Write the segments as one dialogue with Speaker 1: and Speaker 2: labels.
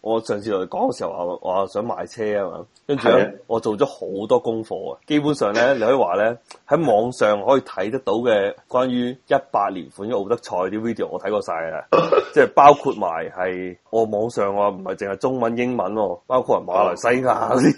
Speaker 1: 我上次同你講嘅時候話我話想買車啊嘛，跟住
Speaker 2: 係啊
Speaker 1: 咧我做咗好多功課啊，基本上咧 你可以話咧喺網上可以睇得到嘅關於一八年款嘅奧德賽啲 video 我睇過晒 啦，即係包括埋係我網上話唔係淨係中文英文喎，包括埋馬來西亞嗰啲、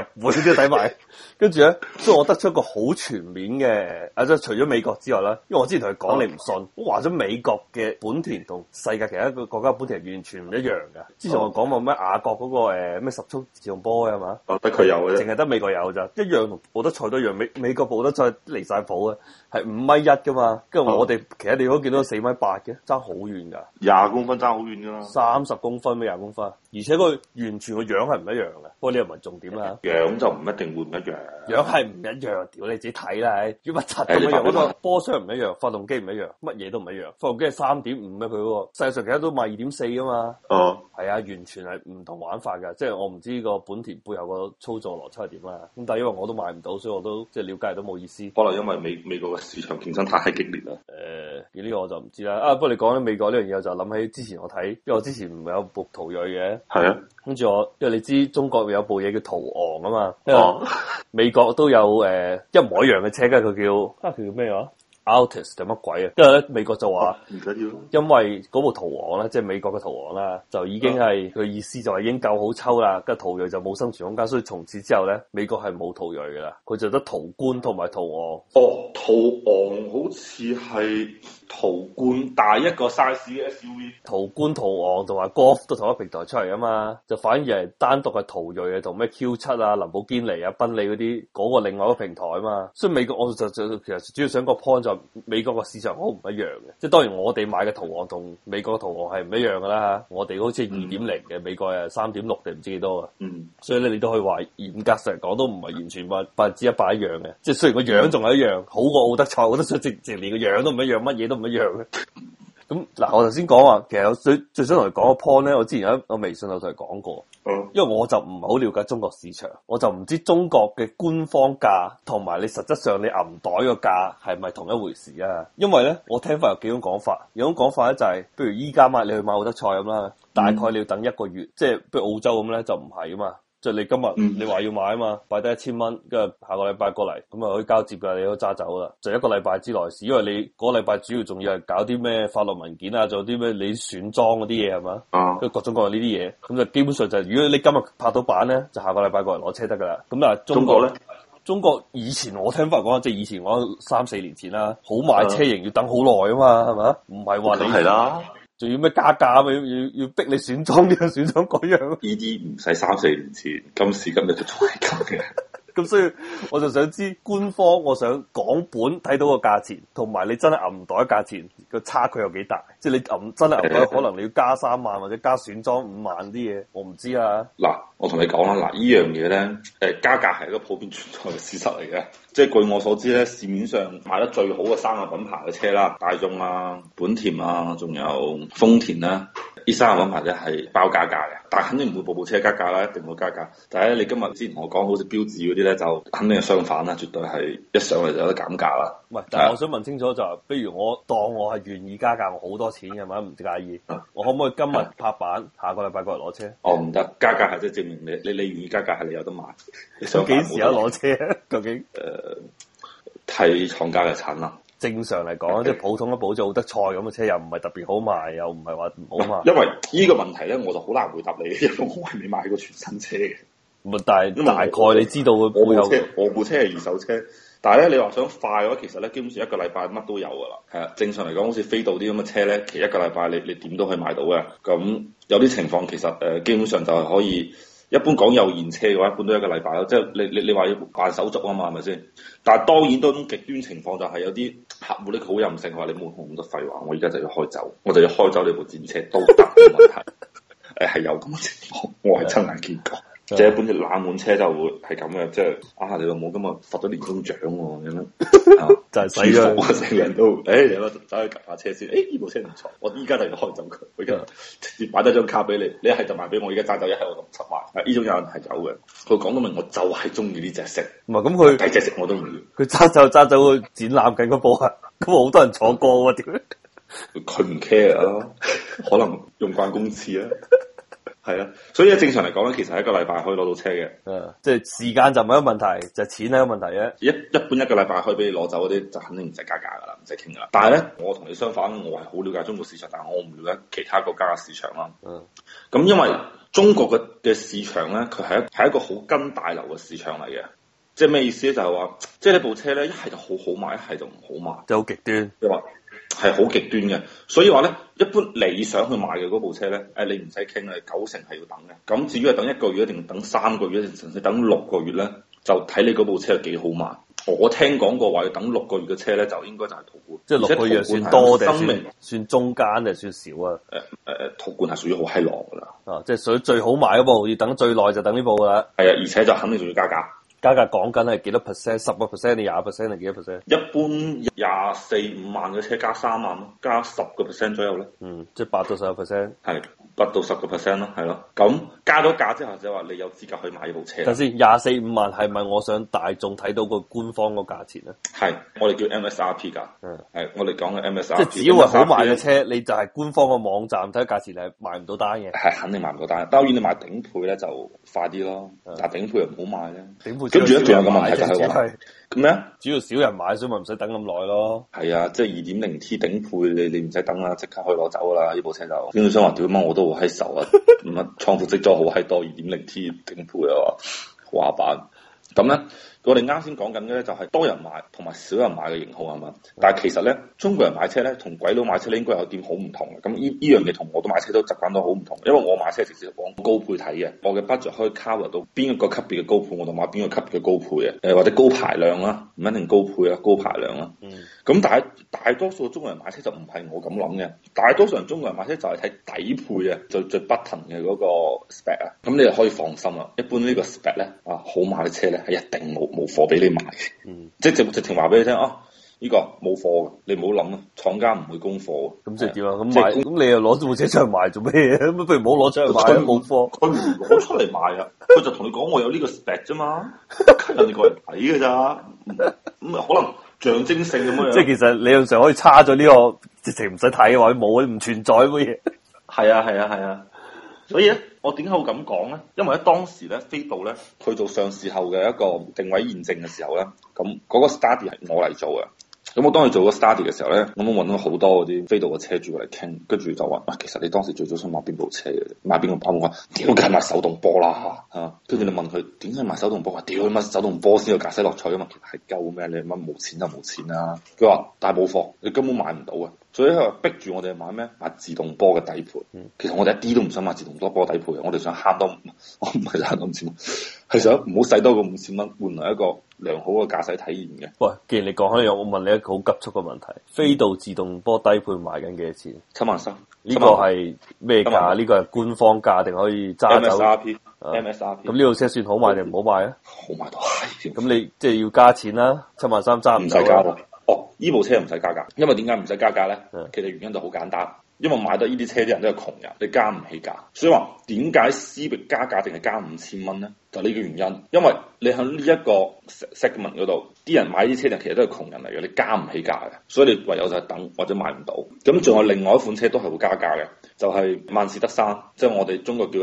Speaker 1: 日 本啲都睇埋。跟住咧，所以我得出一個好全面嘅，啊即係除咗美國之外啦，因為我之前同佢講你唔
Speaker 2: 哦
Speaker 1: 信，我話咗美國嘅本田同世界其他個國家本田係完全唔一樣嘅。之前我講過咩雅閣嗰、個誒咩、十速自動波嘅係嘛？
Speaker 2: 哦，得佢有嘅啫
Speaker 1: 淨。係得美國有咋，一樣同奧德賽都一樣。美美國奧德賽離晒譜嘅，係五米一噶嘛，跟
Speaker 2: 哦
Speaker 1: 住我哋其他地方見到四米八嘅，爭好遠㗎，
Speaker 2: 廿公分爭好遠噶啦，
Speaker 1: 三十公分咩廿公分，而且佢完全個樣係唔一樣嘅。不過呢個唔係重點啦。
Speaker 2: 樣就唔一定會唔一樣。
Speaker 1: 樣係唔一樣，屌你自己睇啦，唉如果乜柒都唔一
Speaker 2: 誒你
Speaker 1: 樣，
Speaker 2: 發俾
Speaker 1: 嗰
Speaker 2: 我
Speaker 1: 個 波箱唔一樣，發動機唔一樣，乜嘢都唔一樣。發動機係三點五嘅佢嗰個，世界上其他都賣二點四啊嘛。
Speaker 2: 哦，
Speaker 1: 係啊，完全係唔同玩法㗎，即係我唔知個本田背後個操作邏輯係點啦。咁但係因為我都買唔到，所以我都即係了解都冇意思。誒、
Speaker 2: 可能因為美美國嘅市場競爭太激烈啦。
Speaker 1: 呢、個我就唔知啦。啊，不過你講緊美國呢樣嘢，我就諗起之前我睇，因為我之前唔係有部途銳嘅，
Speaker 2: 係啊，
Speaker 1: 跟住我，因為你知中國有部嘢叫途昂啊嘛，因為
Speaker 2: 哦，
Speaker 1: 美國都有誒、呃一模一樣嘅車，跟住佢叫啊佢叫咩話？Altis 定乜鬼啊？因為咧美國就話，
Speaker 2: 唔緊要。
Speaker 1: 因為嗰部途昂咧，即係美國嘅途昂啦，就已經係佢意思就係已經夠好抽啦，跟住途銳就冇生存空間，所以從此之後咧，美國係冇途銳噶啦，佢就得途觀同埋途昂。
Speaker 2: 哦，途昂好似係途觀大一個 size 嘅 SUV。
Speaker 1: 途觀、途昂同埋 Golf 都同一平台出嚟啊嘛，就反而係單獨嘅途銳啊，同咩 Q 七啊、林寶堅尼啊、賓利嗰啲嗰個另外一個平台啊嘛。所以美國我就就其實主要想個 point 就係美國個市場好唔一樣嘅，即係當然我哋買嘅途昂同美國嘅途昂係唔一樣噶啦，我哋好似二點零嘅，美國係三點六定唔知幾多啊。
Speaker 2: 嗯，
Speaker 1: 所以咧，你都可以話嚴格上嚟講都唔係完全百百分之一百一樣嘅，即係雖然個樣仲係一樣，好過奧德賽，奧德賽直直連個樣都唔一樣，乜嘢都唔一樣嘅。咁嗱，我頭先講話，其實我最最想同你講個 point 咧，我之前喺我微信度同你講過，
Speaker 2: 哦，
Speaker 1: 因為我就唔係好了解中國市場，我就唔知中國嘅官方價同埋你實質上你銀袋個價係咪同一回事啊？因為咧，我聽翻有幾種講法，有種講法咧就係、譬如依家買你去買奧德賽咁啦，大概你要等一個月，即係譬如澳洲咁咧就唔係啊嘛。即係你今
Speaker 2: 嗯
Speaker 1: 日你話要買啊嘛，擺低一千蚊，跟住下個禮拜過嚟，咁啊可以交接㗎，你可以揸走啦。就一個禮拜之內事，因為你嗰個禮拜主要仲要係搞啲咩法律文件啊，仲有啲咩你選裝嗰啲嘢係嘛？
Speaker 2: 啊
Speaker 1: 跟，住各種各樣呢啲嘢，咁就基本上就係、如果你今日拍到版咧，就下個禮拜過嚟攞車得噶啦。咁但係
Speaker 2: 中
Speaker 1: 中
Speaker 2: 國
Speaker 1: 國
Speaker 2: 咧，
Speaker 1: 中國以前我聽翻講，即係以前我三四年前啦，好買車型要等好耐啊嘛，係嘛？唔係話
Speaker 2: 梗係
Speaker 1: 你
Speaker 2: 啦，
Speaker 1: 仲要咩加價咩？要要要逼你選裝呢樣 選裝嗰樣。
Speaker 2: 呢啲唔使三四年前，今時今日都仲係咁嘅。
Speaker 1: 咁所以我就想知官方，我想港本睇到個價錢，同埋你真係銀袋價錢個差距有幾大？即係你銀真係銀袋，可能你要加三萬或者加選裝五萬啲嘢，我唔知啊。
Speaker 2: 嗱，我同你講啦，嗱，呢樣嘢咧，誒、加價係一個普遍存在嘅事實嚟嘅， 即係據我所知咧，市面上賣得最好嘅三個品牌嘅車啦，大眾啊、本田啊，仲有豐田啦、呢三個品牌咧係包加價嘅，但係肯定唔會步步車加價啦，一定會加價。但係咧，你今日之前同我講好似標誌嗰啲咧，就肯定係相反啦，絕對係一上嚟就有得減價啦。
Speaker 1: 唔係，但
Speaker 2: 啊
Speaker 1: 係我想問清楚就係、比如我當我係願意加價，我好多錢嘅嘛，唔介意
Speaker 2: 啊，
Speaker 1: 我可唔可以今日拍板，下個禮拜過嚟攞車？
Speaker 2: 哦，唔得，加價係即係證明你你你願意加價係你有得買，你想
Speaker 1: 究
Speaker 2: 買
Speaker 1: 竟
Speaker 2: 冇
Speaker 1: 時
Speaker 2: 得
Speaker 1: 有攞車？究竟
Speaker 2: 睇廠家嘅產能。
Speaker 1: 正常嚟 講，即係普通一部好似奧德賽咁啊嘅車，又唔係特別好賣，又唔係話唔好賣。
Speaker 2: 因為呢個問題咧，我就好難回答你，因為我係未買過全新車嘅，
Speaker 1: 唔啊係，但
Speaker 2: 因為
Speaker 1: 係大概你知道佢
Speaker 2: 我
Speaker 1: 背
Speaker 2: 部車
Speaker 1: 後
Speaker 2: 我部車係二手車，但係咧你話想快嘅話，其實咧基本上一個禮拜乜都有噶啦，係啊，正常嚟講，好似飛度啲咁嘅車咧，其實一個禮拜你你點都可以買到嘅，咁有啲情況其實誒、呃基本上就係可以。一般講有現車嘅話，一般都一個禮拜咯，即係你你你話要辦手續啊嘛，係咪先？但係當然都有種極端情況就係有啲客戶咧佢好任性，話你冇咁多廢話，我而家就要開走，我就要開走你部戰車都得冇問 題。誒係有咁嘅情況，我係親眼見過。即係一般啲冷門車就會係咁嘅，即係啊你老母今日發咗年終獎喎咁 樣，啊
Speaker 1: 就係使咗
Speaker 2: 舒服啊成個人都，誒你有得走去及下車先，誒呢部車唔錯，我依家就要開走佢，我而
Speaker 1: 啊
Speaker 2: 家直接擺低張卡俾你，你一係就賣俾我，而家揸走，一係我就唔出賣。啊呢種有人係有嘅，佢講到明我就係中意呢只色，
Speaker 1: 唔係咁佢。
Speaker 2: 第隻色我都唔要。
Speaker 1: 佢揸走揸走佢展覽緊嗰部啊， 咁好多人坐過喎，屌！
Speaker 2: 啊佢唔 care 啦，可能用慣公廁啦。係啊係啦，所以正常嚟講咧，其實一個禮拜可以攞到車嘅，
Speaker 1: 誒，即係時間就唔係一個問題，就係錢係一個問題啫。
Speaker 2: 一一般一個禮拜可以俾你攞走嗰啲就肯定唔使加價噶啦，唔使傾噶啦。但係咧，我同你相反，我係好了解中國市場，但係我唔了解其他國家嘅市場啦。
Speaker 1: 嗯，
Speaker 2: 咁因為中國嘅嘅市場咧，佢係一係一個好跟大流嘅市場嚟嘅，即係咩意思咧？就係話，即係呢部車咧，一係就好好賣，一係就唔好賣。
Speaker 1: 就好極端。
Speaker 2: 你話係好極端嘅，所以話咧，一般你想去買嘅嗰部車咧，誒你唔使傾啦，九成係要等嘅。咁至於係等一個月，定等三個月，定甚至等六個月咧，就睇你嗰部車有幾好賣。我聽講過話要等六個月嘅車咧，就應該就係途觀，
Speaker 1: 即係六個月算多定係
Speaker 2: 生命
Speaker 1: 算算中間定係算少啊？
Speaker 2: 誒途觀係屬於好閪狼噶啦，
Speaker 1: 啊，即係水最好賣嗰部要等最耐就等呢部噶啦。
Speaker 2: 係啊，而且就肯定仲要加價。
Speaker 1: 加價講緊係幾多 percent？十個 percent 定廿 percent 定幾多 percent？
Speaker 2: 一般廿四五萬嘅車加三萬咯，加十個 percent 左右咯，
Speaker 1: 嗯，即係八到十個 percent。
Speaker 2: 係八到十個 percent 咯，係咯。咁加咗價之後就話你有資格去買呢部車。
Speaker 1: 等先，廿四五萬係咪我想大眾睇到個官方個價錢咧？啊
Speaker 2: 係，我哋叫 MSRP 㗎，
Speaker 1: 嗯
Speaker 2: 係我哋講嘅 MSRP。
Speaker 1: 即係只要係好賣嘅
Speaker 2: 啊
Speaker 1: 車，你就係官方個網站睇價錢你係買唔到單嘅。
Speaker 2: 係肯定買唔到單。當然你買頂配咧就快啲咯，
Speaker 1: 嗯
Speaker 2: 但頂配又唔好買咧。
Speaker 1: 頂配
Speaker 2: 跟住咧
Speaker 1: 主要
Speaker 2: 仲有個問題就係話咁咧
Speaker 1: 主要少人買，所以咪唔使等咁耐咯。
Speaker 2: 係啊，即係二點零 T 頂配，你你唔使等啦，即刻可以攞走啦。呢部車就經銷商話屌媽，我都好閪愁啊，咁啊倉庫積咗好閪多二點零 T 頂配啊話版。咁咧，我哋啱先講緊嘅咧就係多人買同埋少人買嘅型號係嘛？但係其實咧，中國人買車咧同鬼佬買車咧應該有點好唔同嘅。咁呢依樣嘢同我都買車都習慣到好唔同，因為我買車直接往高配睇嘅，我嘅 budget 可以 cover 到邊一個級別嘅高配，我就買邊個級別嘅高配嘅，誒、或者高排量啦，唔一定高配啊，高排量啦。
Speaker 1: 嗯，
Speaker 2: 咁但係大多數中國人買車就唔係我咁諗嘅，大多數人中國人買車就係睇底配啊，最最 button 嘅嗰個 spec 啊，咁你就可以放心啦。一般呢個 spec 咧啊，好賣嘅車咧係一定冇冇貨俾你買嘅，
Speaker 1: 嗯，
Speaker 2: 即係直直情話俾你聽啊，呢、個冇貨嘅，你唔好諗啊，廠家唔會供貨嘅。
Speaker 1: 咁即係點啊？咁
Speaker 2: 即係
Speaker 1: 賣咁你又攞部車出去賣做咩嘢？咁不如唔好攞出去賣啊，冇貨。
Speaker 2: 佢唔攞出嚟賣啊， 佢就同你講我有呢個 spec 啫嘛， 吸引你過嚟睇嘅咋，嗯咁啊可能象徵性咁樣。
Speaker 1: 即係其實理論上可以差咗呢、個，直情唔使睇啊或者冇唔存在咁嘅嘢。
Speaker 2: 係啊，係啊，係啊。所以咧，我點解會咁講咧？因為咧當時咧，飛度咧佢做上市後嘅一個定位驗證嘅時候咧，咁嗰個 study 係我嚟做嘅。咁我當佢做個 study 嘅時候咧，咁我揾咗好多嗰啲飛度嘅車主過嚟傾，跟住就話：，啊，其實你當時最早想買邊部車嘅？買邊個包？我話：屌，梗係買手動波啦嚇。啊跟住你問佢點解買手動波？話：屌，你乜手動波先有駕駛樂趣啊嘛？其實係鳩咩？你乜冇錢就冇錢啦、佢話：但係冇貨，你根本買唔到啊。所以佢話逼住我哋買咩？買自動波嘅底盤。
Speaker 1: 嗯
Speaker 2: 其實我哋一啲都唔想買自動波波底盤嘅，我哋想慳多， 我唔係慳多五千蚊，係想唔好使多過五千蚊，換來一個良好嘅駕駛體驗嘅。
Speaker 1: 喂，既然你講開呢樣，我問你一個好急促嘅問題：飛度自動波低配賣緊幾多錢？
Speaker 2: 七萬三，
Speaker 1: 呢個
Speaker 2: 啊
Speaker 1: 係咩價？呢個係官方價定可以揸走？
Speaker 2: MSRP
Speaker 1: 啊
Speaker 2: MSRP
Speaker 1: 咁呢部車算好賣定唔好賣啊？
Speaker 2: 好買到係，
Speaker 1: 咁你即係要加錢啦，七萬三揸
Speaker 2: 哎
Speaker 1: 啊
Speaker 2: 唔使
Speaker 1: 到
Speaker 2: 加
Speaker 1: 啦。
Speaker 2: 啦。哦，呢部車唔使加價，因為點解唔使加價咧
Speaker 1: 嗯？
Speaker 2: 其實原因就好簡單，因為買得呢啲車啲人都係窮人，你加唔起價，所以話點解思域加價定係加五千蚊咧？就呢個原因，因為你喺呢一個 se- segment 嗰度，啲人買呢啲車其實都係窮人嚟嘅，你加唔起價嘅，所以你唯有就係等或者買唔到。咁仲有另外一款車都係會加價嘅，就係、萬事得三，即係我哋中國叫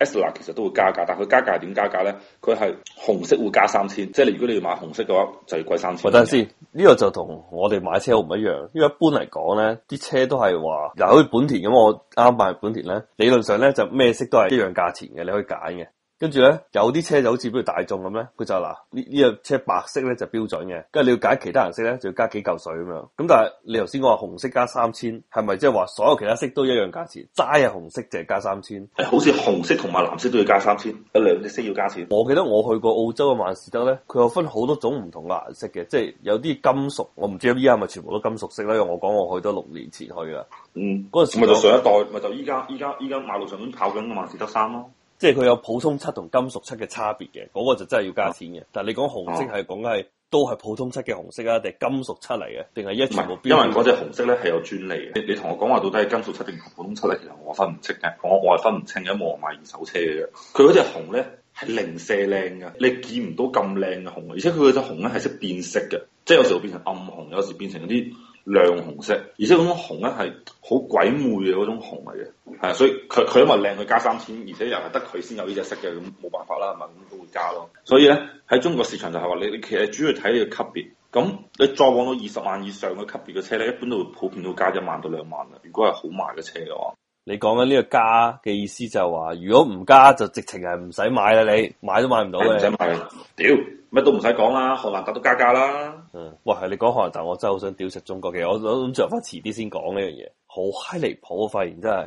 Speaker 2: Xla，Xla 其實都會加價，但係佢加價係點加價咧？佢係紅色會加三千，即係你如果你要買紅色嘅話，就要貴三千。
Speaker 1: 喂，等陣先，呢、個就同我哋買車好唔一樣，因為一般嚟講咧，啲車都係話嗱，好似本田咁，我啱買本田咧，理論上咧就咩色都係一樣價錢嘅，你可以揀嘅。跟住咧，有啲車就好似比如大眾咁咧，佢就嗱呢呢個車白色咧就標準嘅，跟住你要揀其他顏色咧就要加幾嚿水咁樣。咁但係你頭先講話紅色加三千，係咪即係話所有其他色都一樣價錢？齋係紅色就係加三千。
Speaker 2: 誒，好似紅色同埋藍色都要加三千，有兩隻色要加錢。
Speaker 1: 我記得我去過澳洲嘅萬事得咧，佢有分好多種唔同嘅顏色嘅，即係有啲金屬，我唔知依家係咪全部都金屬色啦。因為我講我去都六年前去啦，
Speaker 2: 嗯，
Speaker 1: 嗰陣時
Speaker 2: 咪就上一代，咪就依家依家依家馬路上面跑緊嘅萬事得三咯。
Speaker 1: 即係佢有普通漆同金屬漆嘅差別嘅，嗰、個就真係要加錢嘅。但係你講紅
Speaker 2: 哦
Speaker 1: 色係講緊係都係普通漆嘅紅色啊，定係金屬漆嚟嘅，定係一
Speaker 2: 唔
Speaker 1: 全部標
Speaker 2: 係，哦因為
Speaker 1: 準
Speaker 2: 嗰隻紅色咧係有專利嘅。你你同我講話到底係金屬漆定普通漆咧，其實我分唔清嘅。我我係分唔清嘅，因為我買二手車嘅啫。佢嗰隻紅咧係零舍靚嘅，你見哦唔到咁靚嘅紅，而且佢嗰隻紅咧係識變色嘅，即係有時會變成暗紅，有時變成啲亮紅色，而且嗰種紅咧係好鬼妹嘅嗰種紅嚟嘅，係啊，所以佢佢因為靚，佢加三千，而且又係得佢先有呢隻色嘅，咁冇辦法啦，係咪咁都會加咯。所以咧喺中國市場就係話你你其實主要睇你個級別。咁你再往到二十萬以上嘅級別嘅車咧，一般都會普遍都加一萬到兩萬啦。如果係好賣嘅車嘅話。
Speaker 1: 你講緊呢個加嘅意思就係話，如果唔加就直情係唔使買啦，你買都買唔到
Speaker 2: 唔使
Speaker 1: 嘅。
Speaker 2: 買嘅，屌乜都唔使講啦，荷蘭特都加價啦。
Speaker 1: 嗯，喂，係你講可能，但我真係好想屌食中國嘅，我 我諗着翻遲啲先講呢樣嘢，好閪離譜啊！發現真 係，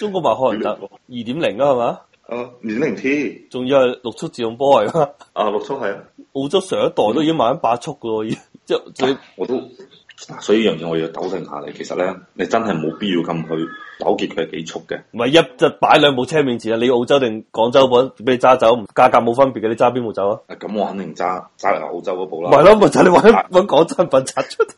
Speaker 1: 中國賣可能得二點零啊，係嘛？
Speaker 2: 啊，二點零 T
Speaker 1: 仲要係六速自動波嚟嘛？
Speaker 2: 啊，六速係啊，
Speaker 1: 澳洲上一代都已經賣緊八速噶咯，已經即 係最
Speaker 2: 我都所以呢樣嘢我要糾正下你。其實咧，你真係冇必要咁去糾結佢係幾速嘅。
Speaker 1: 唔係一就擺兩部車面前啊！你澳洲定廣州本俾你揸走，價格冇分別嘅，你揸邊部走啊？
Speaker 2: 啊，咁我肯定揸揸嚟澳洲嗰部
Speaker 1: 唔
Speaker 2: 啦。
Speaker 1: 係咯，咪就係你揾揾廣州人笨柒出嚟。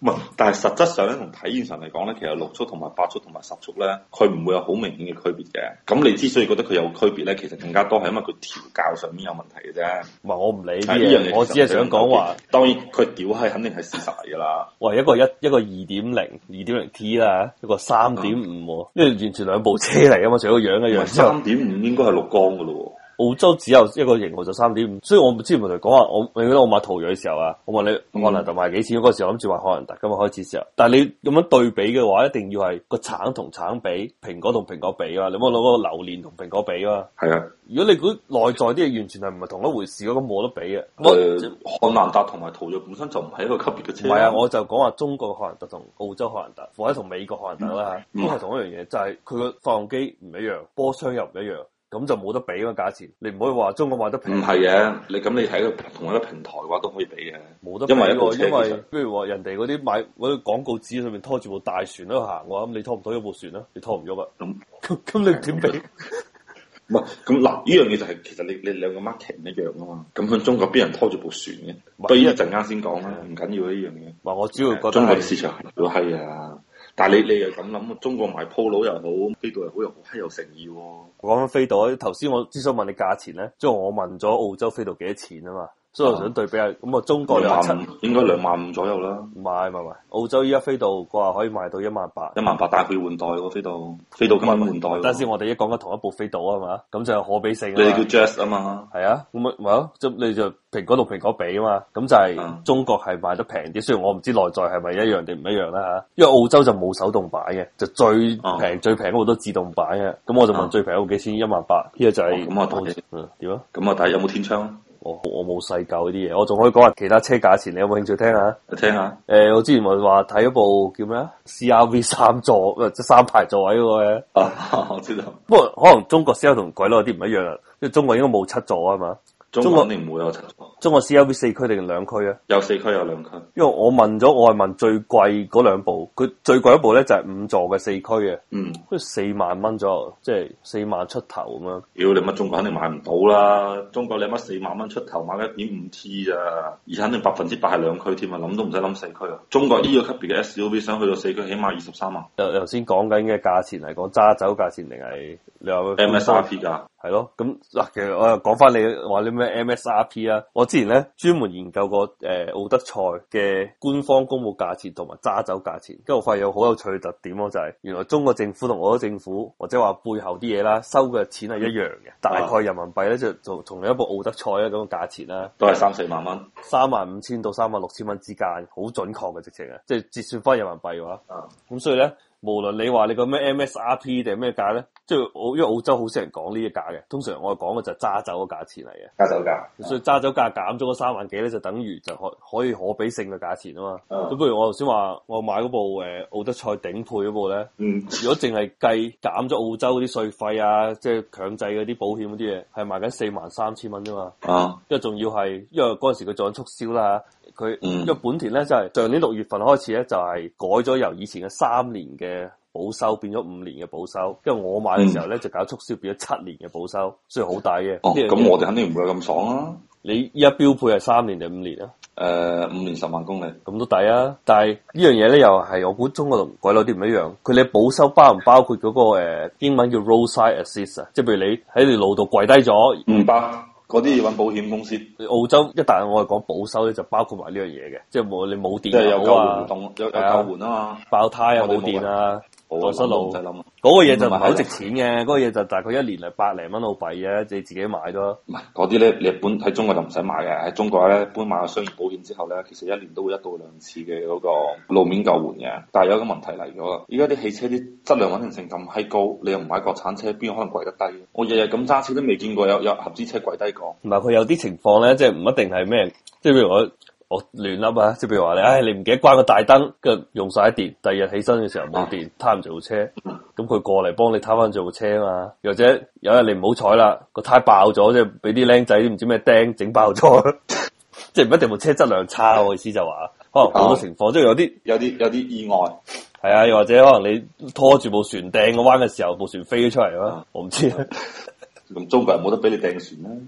Speaker 2: 唔係，但係實質上咧，同體驗上嚟講咧，其實六速同埋八速同埋十速咧，佢唔會有好明顯嘅區別嘅。咁你之所以覺得佢有區別咧，其實更加多係因為佢調教上面有問題嘅啫。
Speaker 1: 唔係我唔理呢
Speaker 2: 啊
Speaker 1: 啲
Speaker 2: 呢樣嘢
Speaker 1: 嘢，我只係想講話，，
Speaker 2: 當然佢屌係肯定係事實嚟㗎啦。
Speaker 1: 喂，一個一一個二點零、二點零 T 啦，一個三點五，因為完全兩部車嚟噶嘛，除咗個樣一樣啊之後，
Speaker 2: 三點五應該係六缸噶咯
Speaker 1: 澳洲只有一個型號就三點五，所以我之前咪同你講話，我你記得我買途銳嘅時候啊，我問你
Speaker 2: 嗯
Speaker 1: 漢蘭特賣幾錢？嗰、時我諗住話漢蘭特噶嘛，開始時候，但係你咁樣對比嘅話，一定要係個橙同橙比，蘋果同蘋果比啊，你冇攞個榴蓮同蘋果比啊嘛。
Speaker 2: 喎。係啊，
Speaker 1: 如果你估內在啲嘢完全係唔係同一回事，咁冇得比嘅。我
Speaker 2: 誒漢蘭達同埋途銳本身就唔係一個級別嘅
Speaker 1: 唔
Speaker 2: 車。
Speaker 1: 係啊，我就講話中國嘅荷蘭特同澳洲荷蘭特，或者同美國荷蘭特啦，
Speaker 2: 嗯
Speaker 1: 都係同一樣嘢，就係佢個發動機唔一樣，波箱又唔一樣，咁就冇得比個價錢。你唔可以話中國賣得
Speaker 2: 唔
Speaker 1: 平，
Speaker 2: 係嘅，你咁你睇個同一個平台嘅話都可以比嘅。
Speaker 1: 冇得比
Speaker 2: 因為一部
Speaker 1: 喎。
Speaker 2: 車
Speaker 1: 因為
Speaker 2: 其實
Speaker 1: 譬如話人哋嗰啲買嗰啲廣告紙上面拖住部大船喺度行嘅話，咁你拖唔到一部船啦，你拖唔喐啊。
Speaker 2: 咁
Speaker 1: 咁咁你點比？
Speaker 2: 唔係咁嗱，呢樣嘢就係其實你你兩個 market 唔一樣啊嘛。咁喺中國邊人拖住部船嘅？
Speaker 1: 係
Speaker 2: 不過一陣間先講啦，唔緊要啊呢樣嘢。
Speaker 1: 話我啊主要覺得
Speaker 2: 中國嘅
Speaker 1: 係
Speaker 2: 市場係屌閪啊！但係你你又咁諗，中國賣鋪佬又好，飛度又好，又好閪有誠意喎、
Speaker 1: 講緊飛度咧，頭先我只想問你價錢咧，即係我問咗澳洲飛度幾多錢啊嘛，所以我想對比下。咁啊，中國你話
Speaker 2: 兩
Speaker 1: 七
Speaker 2: 萬五應該兩萬五左右啦。
Speaker 1: 唔係唔係唔係，澳洲依家飛度佢話可以賣到一萬八。
Speaker 2: 一萬八帶佢換代喎，飛到飛到今晚換代喎。
Speaker 1: 等嗯陣先，我哋一講緊同一部飛到啊嘛，咁就有可比性
Speaker 2: 你
Speaker 1: 啊嘛
Speaker 2: 哋。叫 Jazz 啊嘛，
Speaker 1: 係啊，咁咪咪咯，即係你就蘋果同蘋果比啊嘛，咁就係
Speaker 2: 嗯
Speaker 1: 中國係賣得平啲，雖然我唔知內在係咪一樣定唔一樣啦嚇，因為澳洲就冇手動版嘅，就最
Speaker 2: 哦
Speaker 1: 平最平嗰個都自動版嘅，咁我就問
Speaker 2: 嗯
Speaker 1: 最平嗰個幾錢，一萬八，呢個就係
Speaker 2: 哦咁我同
Speaker 1: 澳
Speaker 2: 你
Speaker 1: 嗯點啊？
Speaker 2: 咁啊，但係有冇天窗？
Speaker 1: 我我冇細究呢啲嘢，我仲可以講下其他車價錢，你有冇興趣聽下？
Speaker 2: 你聽下，
Speaker 1: 誒、呃我之前咪話睇一部叫咩啊？CRV 三座，呃即係三排座位嗰個嘅。
Speaker 2: 啊， 我知道，
Speaker 1: 不過可能中國 C R 同鬼佬有啲唔一樣啦，因為中國應該冇七座啊嘛，
Speaker 2: 中
Speaker 1: 中國
Speaker 2: 國肯定唔會有七座，
Speaker 1: 中國 C R V 四驅定兩驅啊？
Speaker 2: 有四區有兩區，
Speaker 1: 因為我問咗，我係問最貴嗰兩部，佢最貴一部咧就係五座嘅四驅嘅，
Speaker 2: 嗯，
Speaker 1: 跟住四萬蚊左右，即係四萬出頭咁樣。
Speaker 2: 屌你乜中國肯定買唔到啦，中國你乜四萬蚊出頭買一點五 T 咋，而肯定百分之百係兩區添啊，諗都唔使諗四區啊，中國呢個級別嘅 SUV 想去到四區，起碼二十三萬
Speaker 1: 由頭先講緊嘅價錢嚟講，揸走價錢定係你話咩
Speaker 2: MSRP 㗎，
Speaker 1: 係咯，咁嗱，其實我又講翻你話啲咩 MSRP 啊，我之前咧專門研究過誒、呃奧德賽嘅官方公佈價錢同埋揸走價錢，跟住我發現有好有趣嘅特點咯，就係、原來中國政府同澳洲政府或者話背後啲嘢啦，收嘅錢係一樣嘅，大概人民幣咧就就同你一部奧德賽咧咁嘅價錢啦，
Speaker 2: 都係三四萬蚊，
Speaker 1: 三萬五千到三萬六千蚊之間，好準確嘅直情啊，即係折算翻人民幣嘅話。
Speaker 2: 啊，
Speaker 1: 咁所以咧，無論你話你個咩 MSRP 定係咩價咧，即係澳因為澳洲好少人講呢啲價嘅，通常我哋講嘅就係揸走個價錢嚟嘅，
Speaker 2: 加手價，
Speaker 1: 所以揸走價減咗嗰三萬幾咧，就等於就可可以可比性嘅價錢啊嘛。
Speaker 2: 嗯
Speaker 1: 咁不如我頭先話我買嗰部誒、呃奧德賽頂配嗰部咧。
Speaker 2: 嗯，
Speaker 1: 如果淨係計減咗澳洲嗰啲稅費啊，即係強制嗰啲保險嗰啲嘢，係賣緊四萬三千蚊啫嘛。
Speaker 2: 啊，
Speaker 1: 因為仲要係，因為嗰陣時佢做緊促銷啦，佢、
Speaker 2: 嗯
Speaker 1: 因為本田咧就係、上年六月份開始咧就係、改咗由以前嘅三年嘅保修變咗五年嘅保修，因為我買嘅時候咧、就搞促銷變咗七年嘅保修，所以好抵嘅。
Speaker 2: 哦，
Speaker 1: 呢樣嘢
Speaker 2: 咁我哋肯定唔會有咁爽啦、
Speaker 1: 你依家標配係三年定五年啊？
Speaker 2: 誒、五年十萬公里，
Speaker 1: 咁都抵啊！但係呢樣嘢咧，又係我估中國同鬼佬啲唔一樣。佢哋保修包唔包
Speaker 2: 嗯
Speaker 1: 括嗰、個、呃、英文叫 roadside assist 啊？即係譬如你喺條路度跪低咗，
Speaker 2: 唔包嗰啲要揾保險公司，即
Speaker 1: 澳洲一旦我係講保修咧，就包括埋呢樣嘢嘅，即係冇你冇
Speaker 2: 係
Speaker 1: 電
Speaker 2: 有救
Speaker 1: 油
Speaker 2: 援活
Speaker 1: 啊，
Speaker 2: 動，有有
Speaker 1: 係啊
Speaker 2: 救援啊嘛。
Speaker 1: 爆胎啊，
Speaker 2: 我哋
Speaker 1: 冇電啊，
Speaker 2: 冇啊，
Speaker 1: 蕩失
Speaker 2: 唔
Speaker 1: 路
Speaker 2: 使。諗啊。
Speaker 1: 嗰個嘢就唔係好
Speaker 2: 唔係
Speaker 1: 值錢嘅，嗰個嘢就大概一年係百零蚊澳幣嘅，你自己買咗。
Speaker 2: 唔係嗰啲咧，你本喺中國就唔使買嘅。喺中國咧，搬買個商業保險之後咧，其實一年都會一到兩次嘅嗰個路面救援嘅。但係有一個問題嚟咗啦，依家啲汽車啲質量穩定性咁閪高，你又唔買國產車，邊有可能貴得低？我日日咁揸車都未見過有有合資車貴低過。
Speaker 1: 同埋佢有啲情況咧，即係唔一定係咩，即係譬如我我亂笠啊，即係譬如話你，唉，你唔記得關個大燈，跟住用晒電，第二日起身嘅時候冇電，攤唔住部車，咁佢過嚟幫你攤翻住部車啊嘛。又或者有一日你唔好彩啦，個胎爆咗，即係俾啲僆仔唔知咩釘整爆咗， 即係唔一定部車質量差。我意思就話，可能好多情況，即係有啲
Speaker 2: 有啲有啲意外，
Speaker 1: 係啊，又或者可能你拖住部船掟個彎嘅時候，部船飛咗出嚟啦，我唔知。啊
Speaker 2: 咁中國人冇得俾你掟船啦。